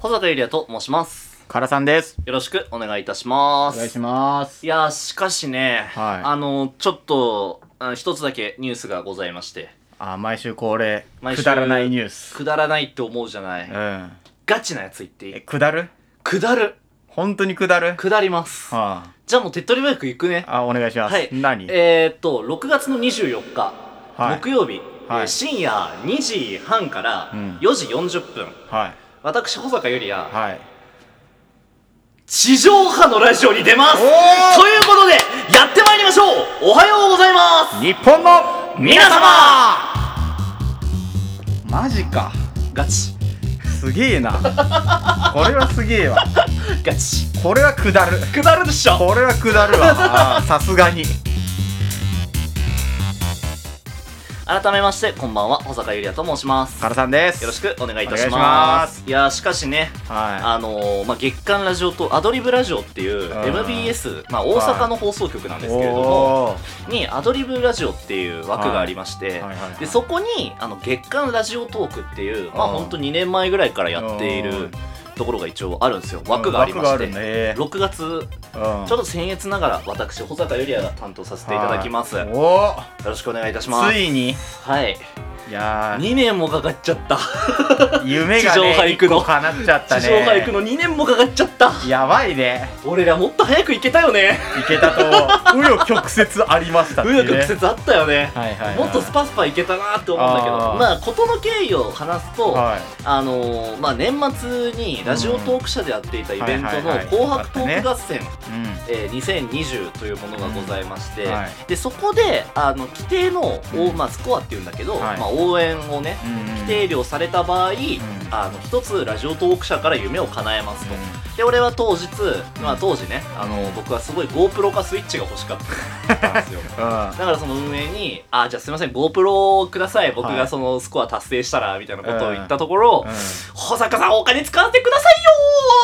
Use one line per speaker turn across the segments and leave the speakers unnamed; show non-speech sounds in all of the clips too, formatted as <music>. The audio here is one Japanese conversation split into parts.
坂ゆりやと申します。
からさんです。
よろしくお願いいたしま
お
す。
願いします。
いやー、しかしね、
はい
あの、ちょっと、あの一つだけニュースがございまして、
あ、毎週恒例。
毎週
くだらないニュース。
くだらないって思うじゃない。
うん。
ガチなやつ言ってい
え、
い
くだる
くだる。
本当にくだる
くだります。
は
じゃあもう手っ取り早く行くね。
あ、あ、お願いします。
はい。
何
えー、っと、6月の24日、
はい
木曜日、
はい
えー深夜2時半から
うん
4時40分、
はい。
私、保坂ゆりや、
はい。
地上波のラジオに出ますと
お
いう
ー
ことで、やってまいりましょうおはようございます
日本の
皆様
マジか。
ガチ、
すげえな。これはすげえわ。
ガチ。
これはくだる。
くだるでしょ
これはくだるわ。あーさすがに。
改めまして、こんばんは、保坂ゆりやと申します。
か
よ
らさんです。
ろし。くお願いいたします。い
お願いします
やー、しかしね、
は
あのーまあ、月刊ラジオとアドリブラジオっていう
うん
MBS、まあ、大阪の放送局なん
い。
ですけれども
ー
にアドリブラジオっていう枠がありまして、
はいはいはい
でそこにあの月刊ラジオトークっていう、まあ、
うん
ほんと2年前ぐらいからやってい
うん
るところが一応あるんですよ枠がありまして、
枠があるね。
6月
うん
ちょっと僭越ながら私保坂ゆりやが担当させていただきます、
はい
よ
お
ろしくお願いいたしま
ー
す
ついに。
はい
いやー
2年もかかっちゃった
夢が
地上波
ね、
行く
一
の
個叶っちゃったね
地上波行くの2年もかかっちゃった
やばいね
俺らもっと早く行けたよね
行けたと紆余曲折ありましたって
う
い
よ
う、ね、
曲折あったよね、
はいはいはい、
もっとスパスパいけたなって思うんだけど
あー
まあ事の経緯を話すと、
はい
あのーまあ、年末にラジオトーク社でやっていたイベント
うん
の
は
「
いはいはい
紅白トーク合戦、
うん
えー2020」というものがございまして、
はい
でそこであの規定の、お
うん
まあ、スコアっていうんだけど、
はい
まあ、応援をね
うん
規定量された場合、あの一つラジオトーク社から夢を叶えますと、で俺は当日、まあ、当時ねあの、
うん
僕はすごい GoPro かスイッチが欲しかったんですよ
うん
だからその運営に「あじゃあすいません GoPro をください僕
は
が
い
そのスコア達成したら」みたいなことを言ったところ、
うん
保坂さんお金使わせてくださいよ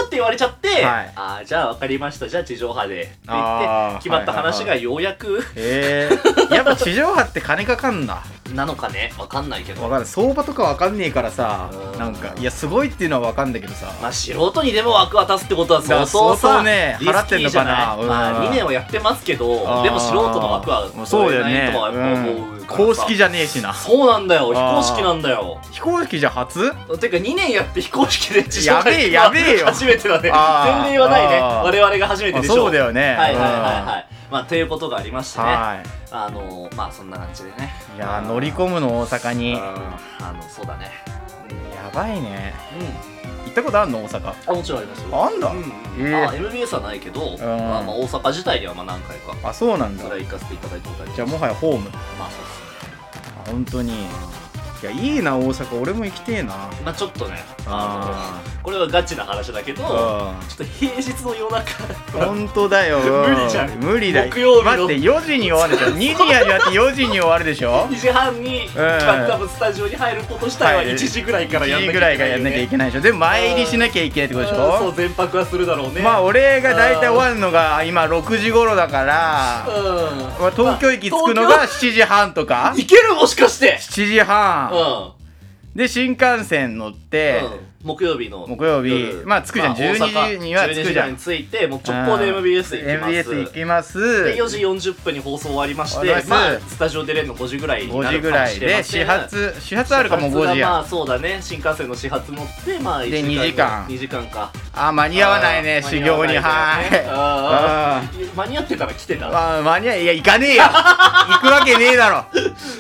ーって言われちゃって、
はい
あーじゃあ分かりましたじゃあ地上波でって言っ
あ
て
ー
決まった話がようやく
えー、やっぱ地上波って金かかんな
なのかね分かんないけど
わかる相場とかわかんねえからさ
うん
なんかいやすごいっていうのはわかんだけどさ、
まあ素人にでも枠渡すってことは相当
だから
さ
相当ね
リスキーじゃ
払ってんのかなうん
まあ2年はやってますけど
あー
でも素人の枠は
そうだよ
取れな
ね
いとはやっぱ思う
うん
からさ
公式じゃねえしな
そうなんだよ非
あ
公
ー
式なんだよ
非公式じゃ初
てか2年やって非公式で地上波
やべえやべえよ
初めてだね
あー
前例はないね
あー
我々が初めて
あ
でしょ
そうだよね
はいはいはいは
うん
い。まあ、ということがありましてね、
はい
あのー、まあそんな感じでね。
いやー乗り込むの大阪に
うんあの、そうだね。
やばいね
うん。
行ったことあんの大阪
あ、もちろんありますよ。
あんだ、
うん、
えー
あ MBS はないけど、
ん
まあ、まあ大阪自体ではまあ何回か、
あそうなんだ
それは行かせていただいたことあります
じゃあもはやホーム
まあそうですね。
あ本当にいやいいな大阪俺も行きてえな
まあちょっとね、あ
あ
の、これはガチな話だけど、ちょ
あ
っと平日の夜中、
本当だよ
<laughs> 無理じゃん
無理だよ
木曜日の
待って4時に終わるでしょ2時やりって4時に終わるでしょ
2時半に、多分スタジオに入ることしたら
はい
1時ぐらいからやん
1
な
時
き
ぐ
ゃ
ら
い
い
けない
から
よ
やんなきゃい
ね。
けないでしょでも前入りしなきゃいけないってことでし
うんそう
ょ
全泊はするだろうね。
まあ俺が大体
うん
終わるのが今6時頃だから
うん。
まあ東京駅着くの
まあ
が7時半とか
いけるもしかして
7時
うん、
半で新幹線乗って
うん木曜日の
木曜日
夜
まあ着くじゃん
大阪
12時には着くじゃ
12
ん
時ぐらいに着いてもう直行で MBS 行きます
MBS 行きます
で4時40分に放送終わりまし
終わりま
て、
す
まあ、スタジオ出れるの5時ぐらいに
5
な
時
るか
ぐ
も
らい
しれ
で
ませ
始
ん
発
<laughs>
始発あるかも5時
始発がまあ
や
そうだね新幹線の始発乗ってまあ1
で
時間
二
2時間か
あ間に合わないね
あー
修行
間
には
に合わ
ーい
ないねあー間に合ってたら来てた
あー間に合いいや行かね
<laughs>
えよ行くわけねえだろ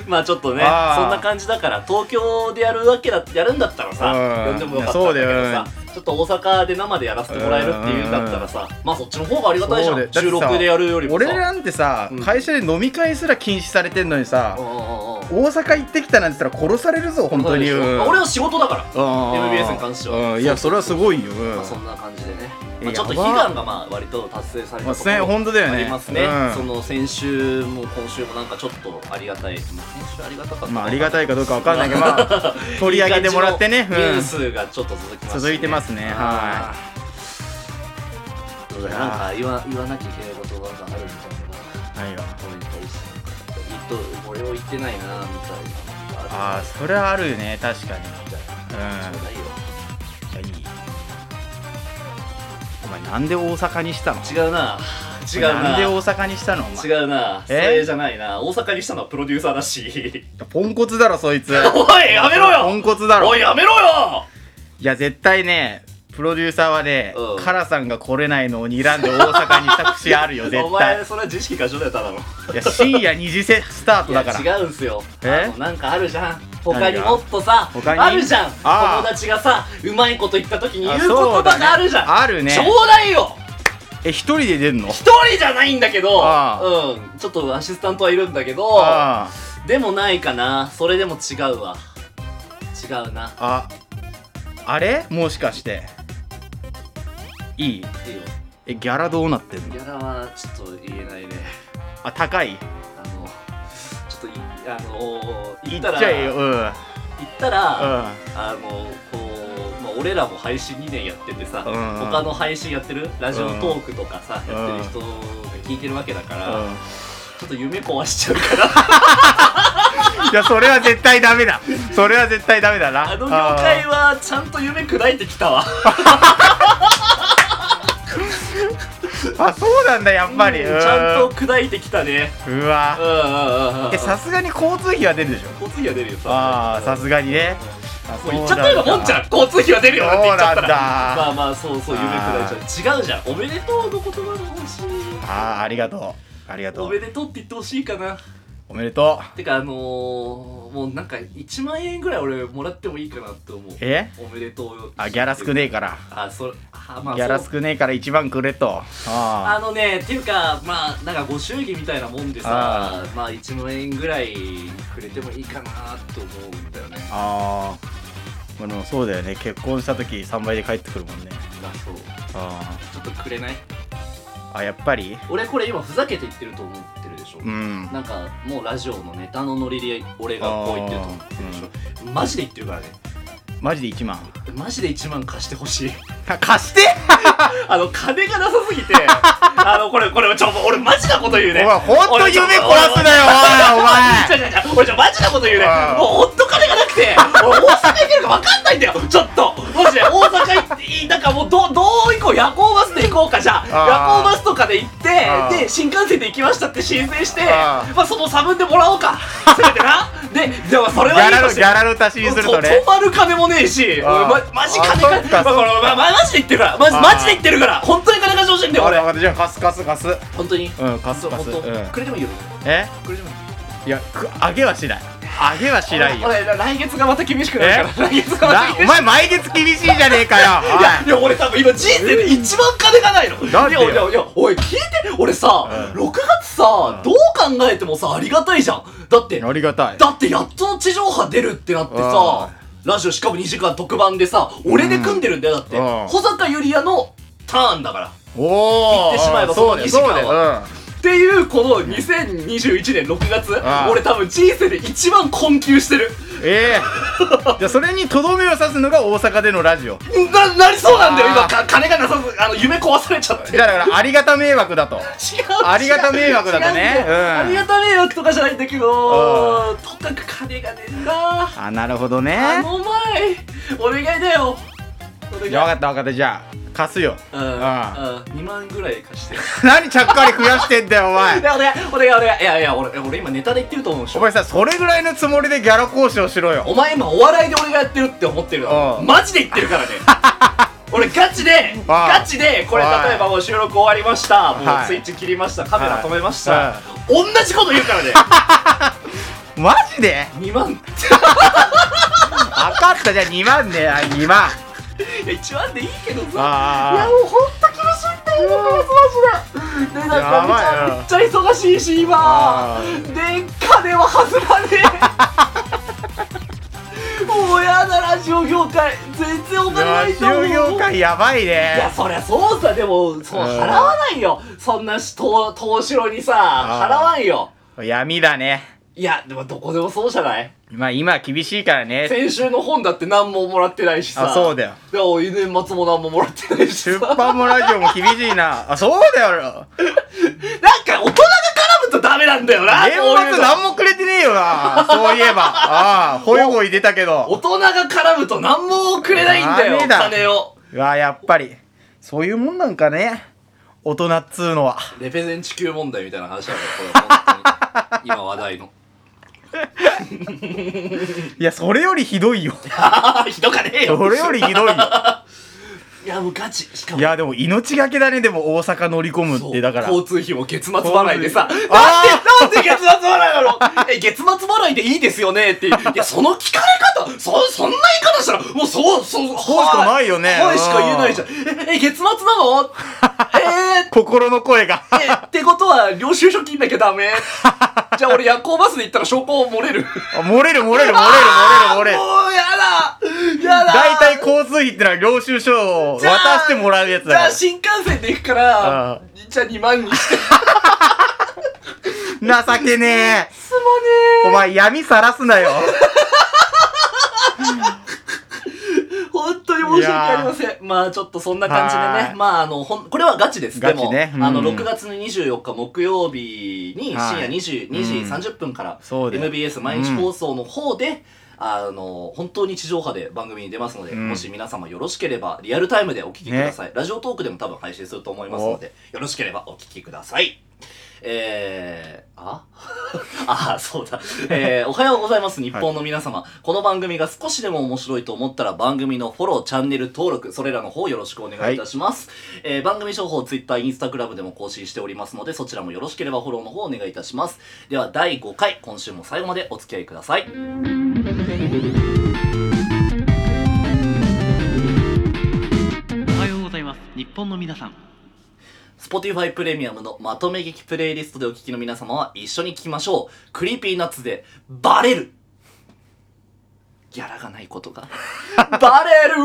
まあちょっとね
あー
そんな感じだから東京でやるわけだやるんだったらさ
うん
呼んでもよかったんだけどさちょっと大阪で生でやらせてもらえるっていうんだったらさまあそっちの方がありがたいじゃ
そうだ
ん
よだ
収
ってさ
録でやるよりもさ
俺なんてさ
うん
会社で飲み会すら禁止されてんのにさ
うんうんうん
大阪行ってきたなんて言ったら殺されるぞ本当に
そうでしょまあ俺は仕事だから
うん
MBS に関しては
うんいやそれはすごいようん
まあそんな感じでね
え
まあちょっと悲
やば
願がまあ割と達成された
まあ
と
せん
ころ
本当だよ
あ
ね
りますね
うん
その先週も今週もなんかちょっとありがたいまあ先週ありがたかった
まあありがたいかどうかわかんないけ
<laughs>
どまあ取り上げてもらってね
いい感じのニュースがちょっと続きます
続いてますねはい
いどうだなんか言わ言わなきゃいけないことがなんかあるみたいな
はいよ
これに対してなんか言っと俺を言ってないなみたいな
ああ
そ
それはあるよね確かに
うみたいな
うん
ちょうだいよ
いやいいお前なんで大阪にしたの
違うな違うな
なんで大阪にしたのお前
違うな
え
それじゃないな大阪にしたのはプロデューサーだし
ポンコツだろそいつ
<laughs> おいやめろ
ポ
よ
ンコツだろ
おいやめろよ
いや絶対ねプロデューサーはね、
うん
カラさんが来れないのを睨んで大阪にした節あるよ
お
絶対
前それは自意識過剰だよただの
いや深夜2時せスタートだから
いや違うんすよ
え
あのなんかあるじゃん他
何
に
が
もっとさ
他に
あるじゃん
ああ
友達がさうまいこと言った時に言
あ
う言
そうだ
葉
ね
があるじゃん
あるね
ちょうだいよ
え一人で出んの
一人じゃないんだけど
ああ
うんちょっとアシスタントはいるんだけど
あ
でもないかなそれでも違うわ違うな
あああれもしかしていい
いいよ
えギャラどうなってんの
ギャラはちょっと言えないね
あ高い
あのちょっといあの
言
言っ
っち
たら
ゃえようんうん
言ったら、あのこう、まあ、俺らも配信2年やっててさ、
うん
他の配信やってるラジオトークとかさ、
うん
やってる人が聞いてるわけだから、
うん
ちょっと夢壊しちゃうから
いやそれは絶対ダメだそれは絶対ダメだな
あの業界はちゃんと夢砕いてきたわ
ああそうなんだやっぱり、
う
うんん
ちゃんと砕いてきたね
う
うん
わ
うんうんうん
えさすがに交通費は出るでしょ
交通費は出るよさ
ああさすがにね
もう言っちゃったようなもんじゃん交通費は出るよなんて言っちゃったら
そうなんだ
まあまあそうそう夢砕いちゃう違うじゃんおめでとうの言葉が欲しい
ああーありがとうありがと
おめ
う
でとうって言ってほしいかな
おめでとう
てかあのー、もうなんか1万円ぐらい俺もらってもいいかなって思う
え
おめでとう
あギャラ少ねえから
あそれあまあ
ギャラ
そう
少ねえから1番くれとあ
あのねっていうかまあなんかご祝儀みたいなもんでさ
あ
まあ1万円ぐらいくれてもいいかなと思うんだよね
ああーまあでもそうだよね結婚した時3倍で帰ってくるもんね
まあそう
あ
ちょっとくれない
ーあやっぱり
俺これ今ふざけて言ってると思ってるでしょ、
うん
なんかもうラジオのネタのノリで俺がこう言ってると思ってるでしょ、マジで言ってるからね
マジで1万
マジで1万貸してほしい
あ貸して
あの金がなさすぎ
<laughs>
てあのこれこれちょ俺マジなこと言う
お
ね
前ほんと夢
俺ちょ
こらすなよおいお前
違う違う違う <laughs> 俺ちょマジなこと言うね
ああ
もうほんと金がなくて俺大阪行けるか分かんないんだ
<laughs>
よちょっとマジで大阪行ってなんかもうどどう行こう夜行バスで行こうかじゃあ
ああ
夜行バスとかで行っ
ああ
てで新幹線で行きましたって申請して
ああ
まあその差分でもらおうかせめてなででもそれ
ギ
はい
ャ
い
ラ
と
の
し
ギ
て
ャラの足しにするとね
と泊まる金もねえし、
あー
ま、マジ金
あ
か、
そっか
まあ、これままマジで言ってるから、マジ
あー
マジで言ってるから、本当に金貸してほしいんだよ、
あれ
俺。
分かったじゃあ貸す貸す貸す
本当に。
うん貸す
本
貸す
当、
うん
くれてもいいよ。
え
くれてもいい。
いやくあげはしないあげはしないよ
俺、俺来月がまた厳しくなるから、来月がまた
な
厳しく
お前毎月厳しいじゃねえかよ
いや、い
お
や俺多分今人生で一番金がないの。
なんでよ
いやいやいや、おい聞いて、俺さ、
う
6月さ、どう考えてもさ、ありがたいじゃん。だって
い、ありがたい
だってやっと地上波出るってなってさ、ラジオしかも2時間特番でさ、俺で組んでるんだよ、だって。
うん
保坂ゆりやのターンだから。
おお
言ってしまえば
そうだよ
そ
そ
の
うだ
時間
よ
っていうこの2021年6月
ああ
俺多分人生で一番困窮してる
うん
<laughs>
ええじゃあそれにとどめを刺すのが大阪でのラジオ
ななりそうなんだよ
あ
今
あ
か金がなさずあの夢壊されちゃって
じゃあだからありがた迷惑だと
違う
<laughs> ありがた迷惑だとね
違うんだよ
うん
ありがた迷惑とかじゃないんだけ
あ
どとにかく金がねえんだ
あなるほど
あ
ね
の前お願いだよお願い
いや分かった分かったじゃあ貸すよ
うんうん
あ
2万ぐらい貸して
何ちゃっかり増やしてんだよお
<laughs>
前
いやお願いお願いお願いいやいや俺俺今ネタで言ってると思うでし
お
ょ
前さそれぐらいのつもりでギャラ交渉しろよ
お前今お笑いで俺がやってるって思ってるの
うん
マジで言ってるから
<laughs>
ね俺ガチで
ああ
ガチでこれ
はい
例えばもう収録終わりましたも
は
う
い
スイッチ切りましたカメラ
はい
止めました
は
同じこと言うからね
マジで
2万って
分かったじゃあ2万ねあ2万
いや1万でいいけどさいや
あ
もうほんと厳しいんだよマジででなん
やばい
か
な
めちゃめちゃ忙しいし今
あ
で金は外らねえ <laughs> もうやだラジオ業界全然お
あ
金ないと思う
収業界やばい
いや
ね
そりゃそうさでもそう
うん
払わないよそんなし投投資ろにさ
あー
払わんよ
闇だね
いやでもどこでもそうじゃない
まあ今厳しいからね
先週の本だって何ももらってないしさ
あそうだよ
でも年末も何ももらってないしさ
出
なんか
版もラジオも厳しいなあそうだよ
大人が絡むとダメなんだよな
年
こういう
末
の
何もくれてねえよなそういえばああホイホイ出たけ
大
ど
人が絡むと何もくれないんだよ
ダメだ
金を
うわやっぱりそういうもんなんかね大人っつうのは
レペゼン地球問題みたいな話だ
<laughs>
からこれ本当に今話題の
いやそれよりひどいよ
ひどかねえよ
それよりひどいよ
いやもうガチしかも
いやでも命がけだねでも大阪乗り込むっ
そう
てだから
交通費も月末払いでさなん <laughs> で
あ
なんで月末払いなのえ月末払いでいいですよね
<laughs>
っていやその聞かれ方そそんな言い方したらもうそうそう
そうしかないよね
はいはいしか言えないじゃんええ月末な
<laughs>
のえー、
心の声が <laughs>
えってことは領収書切んなきゃダメじゃあ俺夜行バスで行ったら証拠を漏れる
あ漏れる漏れる漏れる
<laughs>
漏れる漏れる
あーもうやだやだ
大体交通費ってのは領収書を渡
じゃあ
してもらうやつ
<laughs>
だ
じゃ
か
あ新幹線で行くから
あ
じゃあ2万にして
ら情けねえ
すま
お前闇さらすな
<laughs>
よ
ねえ本当に申し訳ありませんまあちょっとそんな感じで
は
ね
い
まああのほんこれはガチですでも、
ガチねうん
あの6月の24日木曜日に
はい
深夜20 2
うん
時30分から
そうだよ
MBS 毎日放送の方で、あの本当に地上波で番組に出ますので、
うん
もし皆様よろしければリアルタイムでお聞きください、ラジオトークでも多分配信すると思いますのでよろしければお聞きくださいえー、ああーそうだ、えー、おはようございます日本の皆様、この番組が少しでも面白いと思ったら番組のフォローチャンネル登録それらの方よろしくお願いいたします、えー番組情報 Twitter、Instagram でも更新しておりますのでそちらもよろしければフォローの方お願いいたしますでは第5回今週も最後までお付き合いください
おはようございます日本の皆さん
Spotify プレミアムのまとめ劇プレイリストでお聞きの皆様は一緒に聞きましょう。クリーピーナッツでバレるギャラがないことがバレる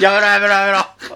やめろやめろやめろ